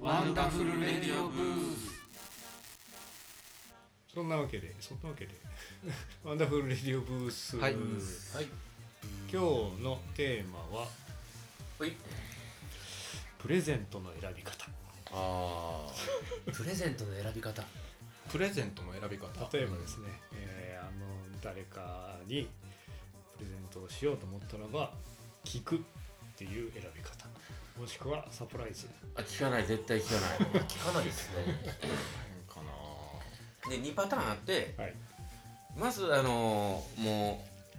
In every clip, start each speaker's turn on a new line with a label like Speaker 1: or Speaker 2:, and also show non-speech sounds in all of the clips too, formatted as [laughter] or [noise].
Speaker 1: ワンダフルレディオブース
Speaker 2: そんなわけで、そんなわけで、 [laughs] ワンダフルレディオブース、
Speaker 3: はい
Speaker 2: 今
Speaker 1: はい
Speaker 2: 日のテーマは、
Speaker 3: はい
Speaker 2: プレゼントの選び方。
Speaker 1: あ
Speaker 3: プレゼントの選び方
Speaker 1: プレゼントの選び方
Speaker 2: 例えばですね、えーあの誰かにプレゼントをしようと思ったらば、聞くっていう選び方。もしくはサプライズ。
Speaker 4: あ聞かない絶対聞かない
Speaker 3: 聞かないですね
Speaker 1: 変かな
Speaker 4: で2パターンあって
Speaker 2: はい。
Speaker 4: まずあのーもう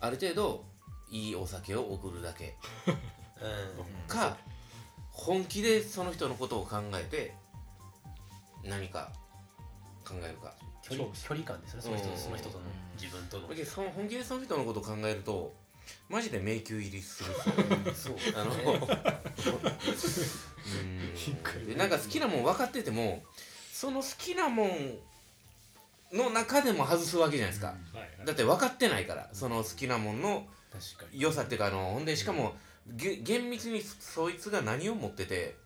Speaker 4: ある程度いいお酒を送るだ [laughs] け
Speaker 3: う
Speaker 4: か本気でその人のことを考えて何か考えるか
Speaker 3: ん距離
Speaker 2: そう
Speaker 3: 距離感ですねその人
Speaker 4: う
Speaker 3: と
Speaker 4: ん
Speaker 3: その人との自分との
Speaker 4: だけどその本気でその人のことを考えるとマジで迷宮入りする
Speaker 3: そう
Speaker 4: あのうんでなんか好きなもん分かっててもその好きなもんの中でも外すわけじゃないですか、
Speaker 2: はいはい
Speaker 4: だって分かってないからその好きなもんの
Speaker 3: 確かに
Speaker 4: 良さっていうかあのほんでしかも、げ厳密にそいつが何を持ってて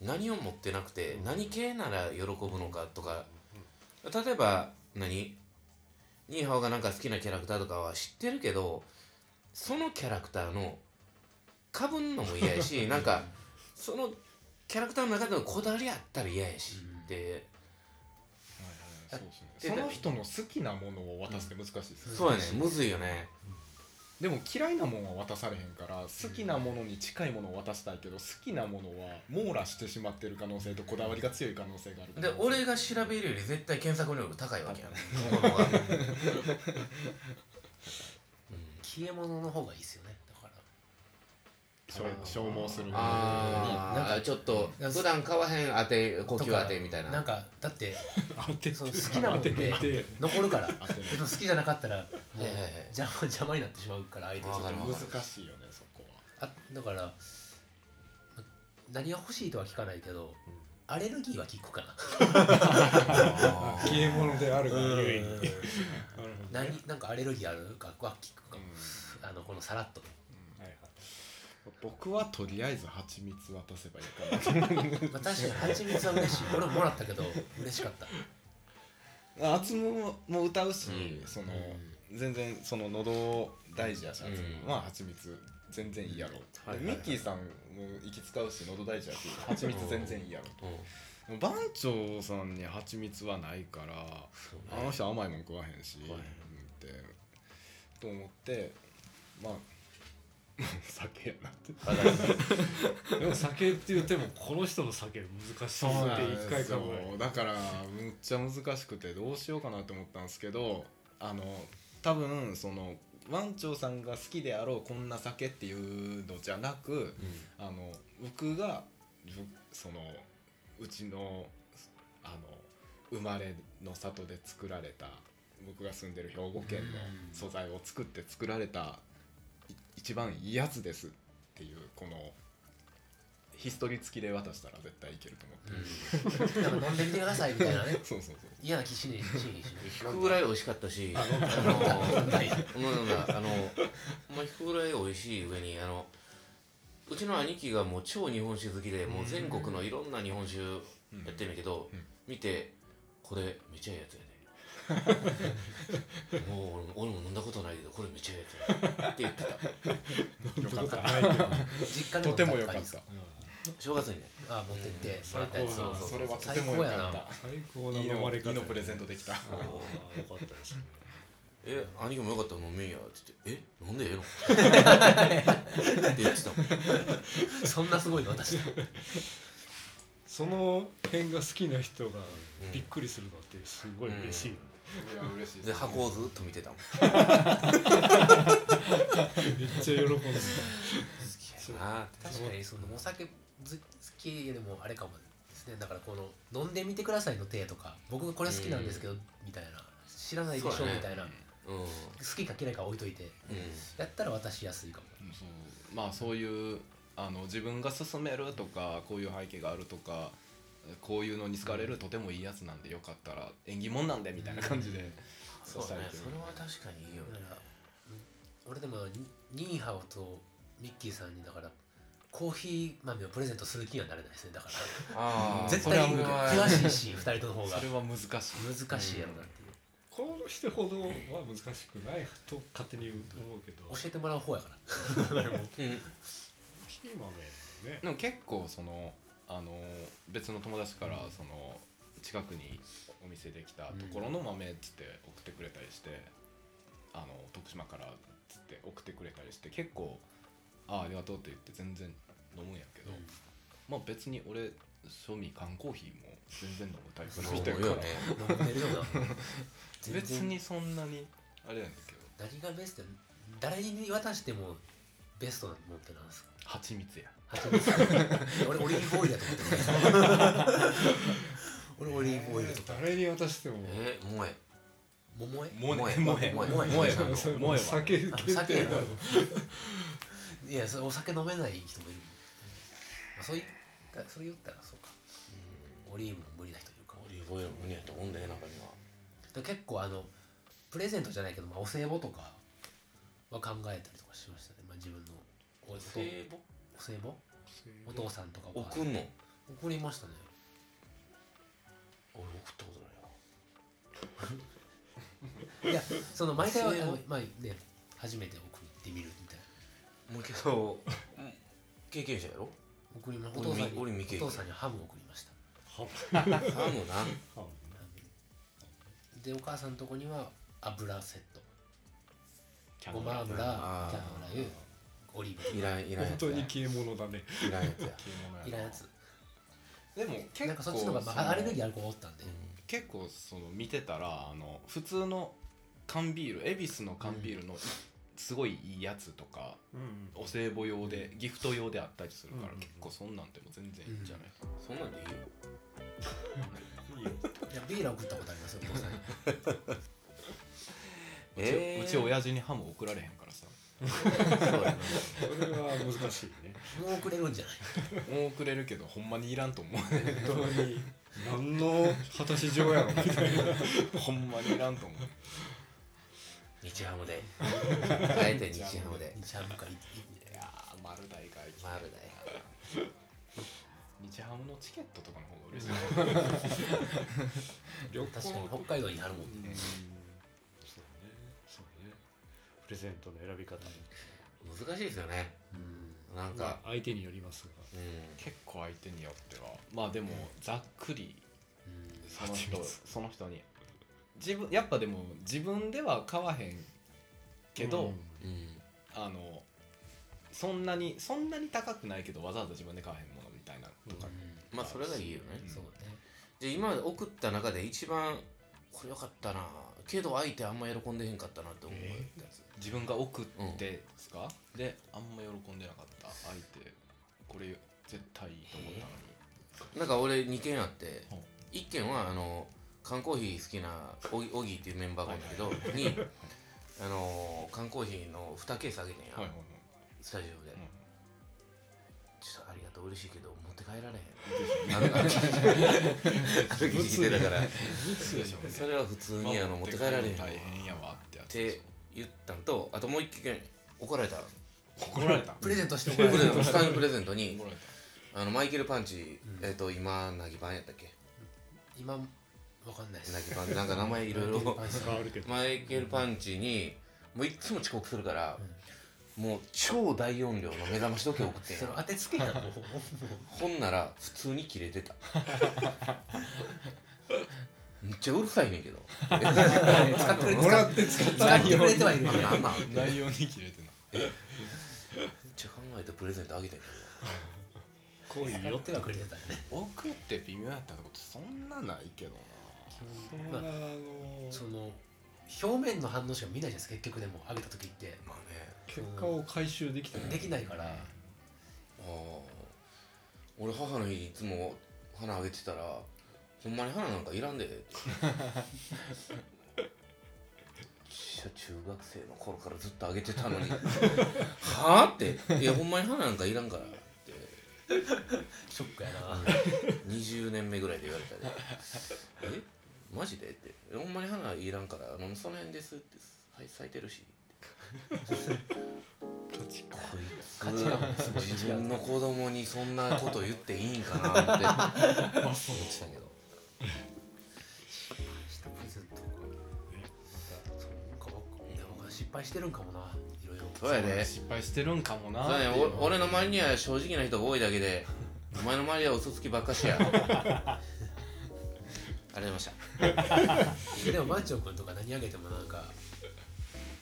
Speaker 4: 何を持ってなくて、何系なら喜ぶのかとか、例えば何ニーハオがなんか好きなキャラクターとかは知ってるけどそのキャラクターのかぶんのも嫌や [laughs] しなんかそのキャラクターの中でのこだわりあったら嫌やしって、
Speaker 1: そうですねその人の好きなものを渡すって難しいですね、
Speaker 4: そうやねむずいよね
Speaker 1: でも嫌いなもんは渡されへんから好きなものに近いものを渡したいけど好きなものは網羅してしまってる可能性とこだわりが強い可能性があるか
Speaker 4: で
Speaker 1: ら
Speaker 4: 俺が調べるより絶対検索能力高いわけやね
Speaker 3: 消え物の方がいいですよねだから
Speaker 1: 消消耗するもの
Speaker 4: あー
Speaker 3: なんか
Speaker 4: ちょっと
Speaker 3: なんか
Speaker 4: 普段買わへん当て呼吸当てみたい
Speaker 3: なん
Speaker 4: な
Speaker 3: かだって
Speaker 2: 当てて
Speaker 1: [laughs]
Speaker 3: その好きなもんって
Speaker 2: 当てて
Speaker 3: 残るからでも
Speaker 1: 当てない
Speaker 3: 好きじゃなかった [laughs] らもう
Speaker 4: はいはいはい
Speaker 3: 邪魔邪魔になってしまうから相手に
Speaker 4: わかるわかる
Speaker 1: 難しいよねそこは
Speaker 3: あだからま何が欲しいとは聞かないけど、アレルギーは聞くかな
Speaker 2: 消え物であるがゆえに。なるほどね
Speaker 3: 何なんかアレルギーあるかは聞くか、あのこのさらっと、
Speaker 2: はいはい
Speaker 1: 僕はとりあえず蜂蜜渡せばいいかなと思
Speaker 3: まあ、確かに蜂蜜は嬉しい俺ももらったけど嬉しかった
Speaker 1: う [laughs] あつもも歌うし、その全然その喉大事やし、あつもまあ蜂蜜全然いいやろ、
Speaker 4: はいはい
Speaker 1: でミッキーさんも息使うし喉大事やし蜂蜜全然いいやろと
Speaker 4: うん
Speaker 1: 番長さんに蜂蜜はないからあの人甘いもん食わへんし、ってと思ってまあ [laughs] 酒やなって
Speaker 2: でも酒って言ってもこの人の酒難しそうって一回考え
Speaker 1: そうだからむっちゃ難しくてどうしようかなって思ったんですけどあの多分その番長さんが好きであろうこんな酒っていうのじゃなく、あの僕がぶそのうちのあの生まれの里で作られた僕が住んでる兵庫県の素材を作って作られたい一番いいやつですっていうこのヒストリー付きで渡したら絶対いけると思って。
Speaker 3: なんか飲んでみてくださいみたいなね
Speaker 1: そうそうそう。
Speaker 3: 嫌な気しねえしねえしねえ
Speaker 4: 引くぐらい美味しかったしあのうんうんあのまあ引くぐらい美味しい上にあのうちの兄貴がもう超日本酒好きでもう全国のいろんな日本酒やってるんだけど見てこれめっちゃいいやつや [laughs] でもう俺も俺も飲んだことないけどこれめっちゃいいやつやでって言ってた
Speaker 1: よかった。
Speaker 3: 実 [laughs] 家で
Speaker 1: [laughs] と
Speaker 3: も
Speaker 1: てもよか
Speaker 3: 買
Speaker 1: っ
Speaker 3: いです
Speaker 1: た。
Speaker 4: 正月にね
Speaker 3: あ持ってってもらったやつ
Speaker 2: 最高だ
Speaker 1: それはとてもよかっ
Speaker 2: 最高
Speaker 1: た。
Speaker 2: ない
Speaker 1: い
Speaker 2: 飲ま
Speaker 1: のい
Speaker 2: れ方
Speaker 1: いのプレゼントできた。
Speaker 2: あーよかったですね
Speaker 4: え、兄貴もよかったら飲めんやって言って、え、飲んでええのって言ってたもん。
Speaker 3: そんなすごいの私 [laughs]
Speaker 2: その辺が好きな人がびっくりするのってすごい嬉しいよね、
Speaker 1: いや嬉しい
Speaker 4: で、箱をずっと見てたもん。
Speaker 2: めっちゃ喜んでる
Speaker 4: あ
Speaker 3: 確かにそのお酒ず好きよりもあれかもですねだからこの「飲んでみてください」の手とか僕がこれ好きなんですけど、みたいな知らないでし
Speaker 4: そ
Speaker 3: ょ、
Speaker 4: うだね
Speaker 3: みたいな好
Speaker 4: うん。うん。
Speaker 3: きか嫌いか置いといてやったら私安いかも
Speaker 1: そうまあそういうあの自分が勧めるとかこういう背景があるとかこういうのに好かれるとてもいいやつなんでよかったら縁起物なんでみたいな感じで。
Speaker 4: そうだね。それは確かにいいよ
Speaker 3: だ
Speaker 4: ね
Speaker 3: か。ら俺でもニニーハオとミッキーさんにだからコーヒー豆をプレゼントする気にはなれないですねだから
Speaker 4: あー
Speaker 3: 絶
Speaker 1: それ
Speaker 3: 対
Speaker 1: は
Speaker 3: に
Speaker 1: 無理
Speaker 3: 詳しいし2人との方が
Speaker 1: それは難しい
Speaker 3: 難しいやろなっていう
Speaker 2: この人ほどは難しくないと勝手に思うけど
Speaker 3: 教えてもらう方やから
Speaker 4: うん
Speaker 2: ひー豆ね
Speaker 1: でも結構そのあの別の友達からその近くにお店できたところの豆っつって送ってくれたりして、あの徳島からっつって送ってくれたりして結構「ああありがとう」って言って全然飲むんやけど、まあ別に俺庶民缶コーヒーも全然飲むタイプの
Speaker 4: そう
Speaker 1: 人やか
Speaker 4: よ
Speaker 1: ら
Speaker 4: ね
Speaker 3: 飲んでるよな全
Speaker 1: 別
Speaker 3: 然
Speaker 1: にそんなにあれやねんけど
Speaker 3: 何がベスト誰に渡してもベストなもんってなんですか
Speaker 1: 蜂蜜や
Speaker 3: 蜂蜜俺オリーブオイルだと思ってた俺オリーブオイルとか
Speaker 2: 誰に渡しても
Speaker 4: えー、萌え
Speaker 3: 桃え
Speaker 1: 萌え
Speaker 4: 萌
Speaker 1: 萌
Speaker 4: え
Speaker 1: え
Speaker 4: 萌
Speaker 1: 萌
Speaker 4: え萌
Speaker 1: え
Speaker 4: え
Speaker 2: [laughs]
Speaker 1: 萌えは
Speaker 2: 酒
Speaker 3: あ
Speaker 2: 限
Speaker 3: 酒
Speaker 2: 定
Speaker 3: や
Speaker 2: なの
Speaker 3: ないやそれお酒飲めない人もいる、まあ、そういったそれ言ったらそうかオリーブも無理な人いるか
Speaker 4: オリーブオイルもねやと思うんだよ中には
Speaker 3: で結構あのプレゼントじゃないけど、まあ、お歳暮とかは考えたりとかしましたね、まあ、自分のおお
Speaker 4: お歳暮
Speaker 3: お歳暮お父さんとかお母さ
Speaker 4: 送
Speaker 3: ん
Speaker 4: んの
Speaker 3: 送りましたね
Speaker 4: 俺送ったこと
Speaker 3: [laughs]
Speaker 4: ないわ
Speaker 3: いやその毎回は
Speaker 4: お歳暮
Speaker 3: あのまあね初めて送ってみるみたいな
Speaker 4: もうけどうん経験者やろ [laughs]
Speaker 3: 送りまお
Speaker 4: 俺
Speaker 3: 父
Speaker 4: み
Speaker 3: さんに
Speaker 4: 俺未経験
Speaker 3: お父さんにハムを送りました
Speaker 4: ハムな
Speaker 2: ハム
Speaker 3: でお母さんのとこには油セット
Speaker 1: キャ
Speaker 3: ご
Speaker 1: ノラ
Speaker 3: ま油キャ
Speaker 4: あー
Speaker 3: ノラ油オリーブ
Speaker 4: いらんいらんや
Speaker 2: 本
Speaker 4: つ
Speaker 2: 当
Speaker 4: や
Speaker 2: に消え物だね
Speaker 4: いらんやつや
Speaker 1: 系のやない
Speaker 3: らんやつ
Speaker 1: でも結構
Speaker 3: なんかそっちの方が、ま
Speaker 1: その
Speaker 3: あ、アレルギーある子おったんで、
Speaker 1: 結構その見てたらあの普通の缶ビール恵比寿の缶ビールのすごいいいやつとか、
Speaker 2: うん
Speaker 1: お歳暮用でギフト用であったりするから、
Speaker 2: うん
Speaker 1: 結構そんなんでも全然いいんじゃない、
Speaker 4: そんなんでいいよ
Speaker 2: いいよ
Speaker 3: いやビールは送ったことありますよお父さんに
Speaker 1: うちうち親父にハム送られへんからさ
Speaker 4: そうやな
Speaker 2: それは難しいね
Speaker 3: もう送れるんじゃない
Speaker 1: もう送れるけどほんまにいらんと思うね
Speaker 2: 本当に何の果たし状やろみたいな
Speaker 1: ほんまにいらんと思う
Speaker 4: [laughs] 日ハムであえて日ハムで
Speaker 3: 日ハムかいい
Speaker 1: いやー丸大会
Speaker 4: マルだよ
Speaker 1: 日ハムのチケットとかの方が嬉しい、
Speaker 2: 旅行
Speaker 3: 確かに北海道にあるもんね
Speaker 2: うんそうねそうねプレゼントの選び方も
Speaker 4: 難しいですよね
Speaker 3: うん
Speaker 4: なん
Speaker 2: まあ
Speaker 4: か
Speaker 2: 相手によりますが
Speaker 4: うん
Speaker 1: 結構相手によってはまあでもざっくり
Speaker 3: うん
Speaker 1: その人その人に自分やっぱでも自分では買わへんけど、
Speaker 2: うん
Speaker 4: うん
Speaker 1: あのそんなにそんなに高くないけどわざわざ自分で買わへんものみたいなとか、
Speaker 4: まあそれがいいよね
Speaker 3: うんそうね
Speaker 4: じゃあ今まで送った中で一番これよかったなけど相手あんま喜んでへんかったなって思うやつ、
Speaker 1: 自分が送ってですか、であんま喜んでなかった相手これ絶対いいと思ったのに、
Speaker 4: なんか俺2件あって
Speaker 1: ほう
Speaker 4: 1件はあの缶コーヒー好きなオギオギっていうメンバーがいるんだけどにあの缶コーヒーの2ケースあげてんや、
Speaker 1: はいはい
Speaker 4: スタジオで、
Speaker 1: うん
Speaker 4: ちょっとありがとう嬉しいけど持って帰られへんあのあのあの記事聞いてたから
Speaker 1: [laughs] はいでしょう
Speaker 4: [laughs]
Speaker 1: ね
Speaker 4: それは普通にあの持って帰られへんわ
Speaker 1: 大
Speaker 4: っ
Speaker 1: 変やわってやつでして
Speaker 4: 言ったんとあともう1件怒られた
Speaker 1: ょ怒ら
Speaker 2: [laughs]
Speaker 1: れた
Speaker 3: プレゼントして
Speaker 4: プ
Speaker 3: 送られ
Speaker 4: レゼ
Speaker 3: る
Speaker 4: ント [laughs] スタンプレゼントに [laughs]
Speaker 1: 怒られ
Speaker 4: あのマイケルパンチ、
Speaker 3: うん
Speaker 4: えっ、と今なぎパンやったっけ
Speaker 3: 今わかんないです
Speaker 4: なぎパンなんか名前いろいろ
Speaker 2: なんかあるけど
Speaker 4: マイケルパンチにもういっつも遅刻するから、もう超大音量の目覚まし時計送ってん [laughs]
Speaker 3: それ当
Speaker 4: や
Speaker 3: てつけやろ
Speaker 4: ほんなら普通にキレてためっちゃうるさいねんけど
Speaker 3: 使ってくれもらって使ってくれてはいるよね
Speaker 4: なんなんって
Speaker 1: た
Speaker 4: めっ
Speaker 1: 内容に切れてな
Speaker 4: ちゃ考えてプレゼントあげてんけ
Speaker 2: こうい
Speaker 3: 使
Speaker 2: うよ
Speaker 3: ってはくれてたよね
Speaker 1: 送って微妙やったことそんなないけどな
Speaker 2: そんなあの
Speaker 3: その表面の反応しか見ないじゃないですか結局でもあげた時って
Speaker 4: どまあね
Speaker 2: 結果を回収できてない
Speaker 3: できないから
Speaker 4: あー俺母の日いつも花あげてたらほんまに花なんかいらんでって
Speaker 3: [laughs]
Speaker 4: ちっちゃ中学生の頃からずっとあげてたのにはあっていやほんまに花なんかいらんからって
Speaker 3: ショックやな
Speaker 4: 20年目ぐらいで言われたで「えマジで?」って「ほんまに花いらんからあのその辺です」って「はい咲いてるし」って
Speaker 3: [laughs]
Speaker 2: 価値観
Speaker 4: こいつ
Speaker 3: 価値観もすごい違う
Speaker 4: 自分の子供にそんなこと言っていいんかなって思ってたけど
Speaker 3: 失敗すると
Speaker 2: ねま
Speaker 3: そうか僕いや僕は失敗してるんかもないろいろ
Speaker 4: そうやで
Speaker 1: 失敗してるんかもな
Speaker 4: そうやね
Speaker 1: っていうのは
Speaker 4: お俺の周りには正直な人が多いだけでお前の周りは嘘つきばっかしやありがとうございました
Speaker 3: いやでも番長君とか何あげてもなんか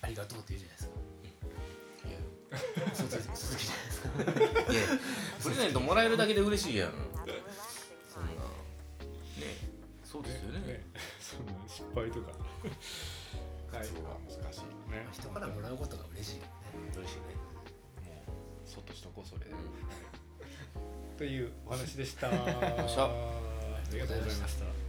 Speaker 3: ありがとうって言うじゃないですか
Speaker 4: い
Speaker 3: そうそう
Speaker 4: や
Speaker 3: そうじゃないですか
Speaker 4: いやプレゼントもらえるだけで嬉しいやんそんなねそうですよ
Speaker 2: たねそんな失敗とか
Speaker 1: はい難しい
Speaker 2: ね
Speaker 3: 人からもらうことが嬉しいよね
Speaker 2: 嬉しいね
Speaker 1: もうそっとしとこうそれで
Speaker 2: というお話でしたあ
Speaker 4: した
Speaker 2: りがとうございました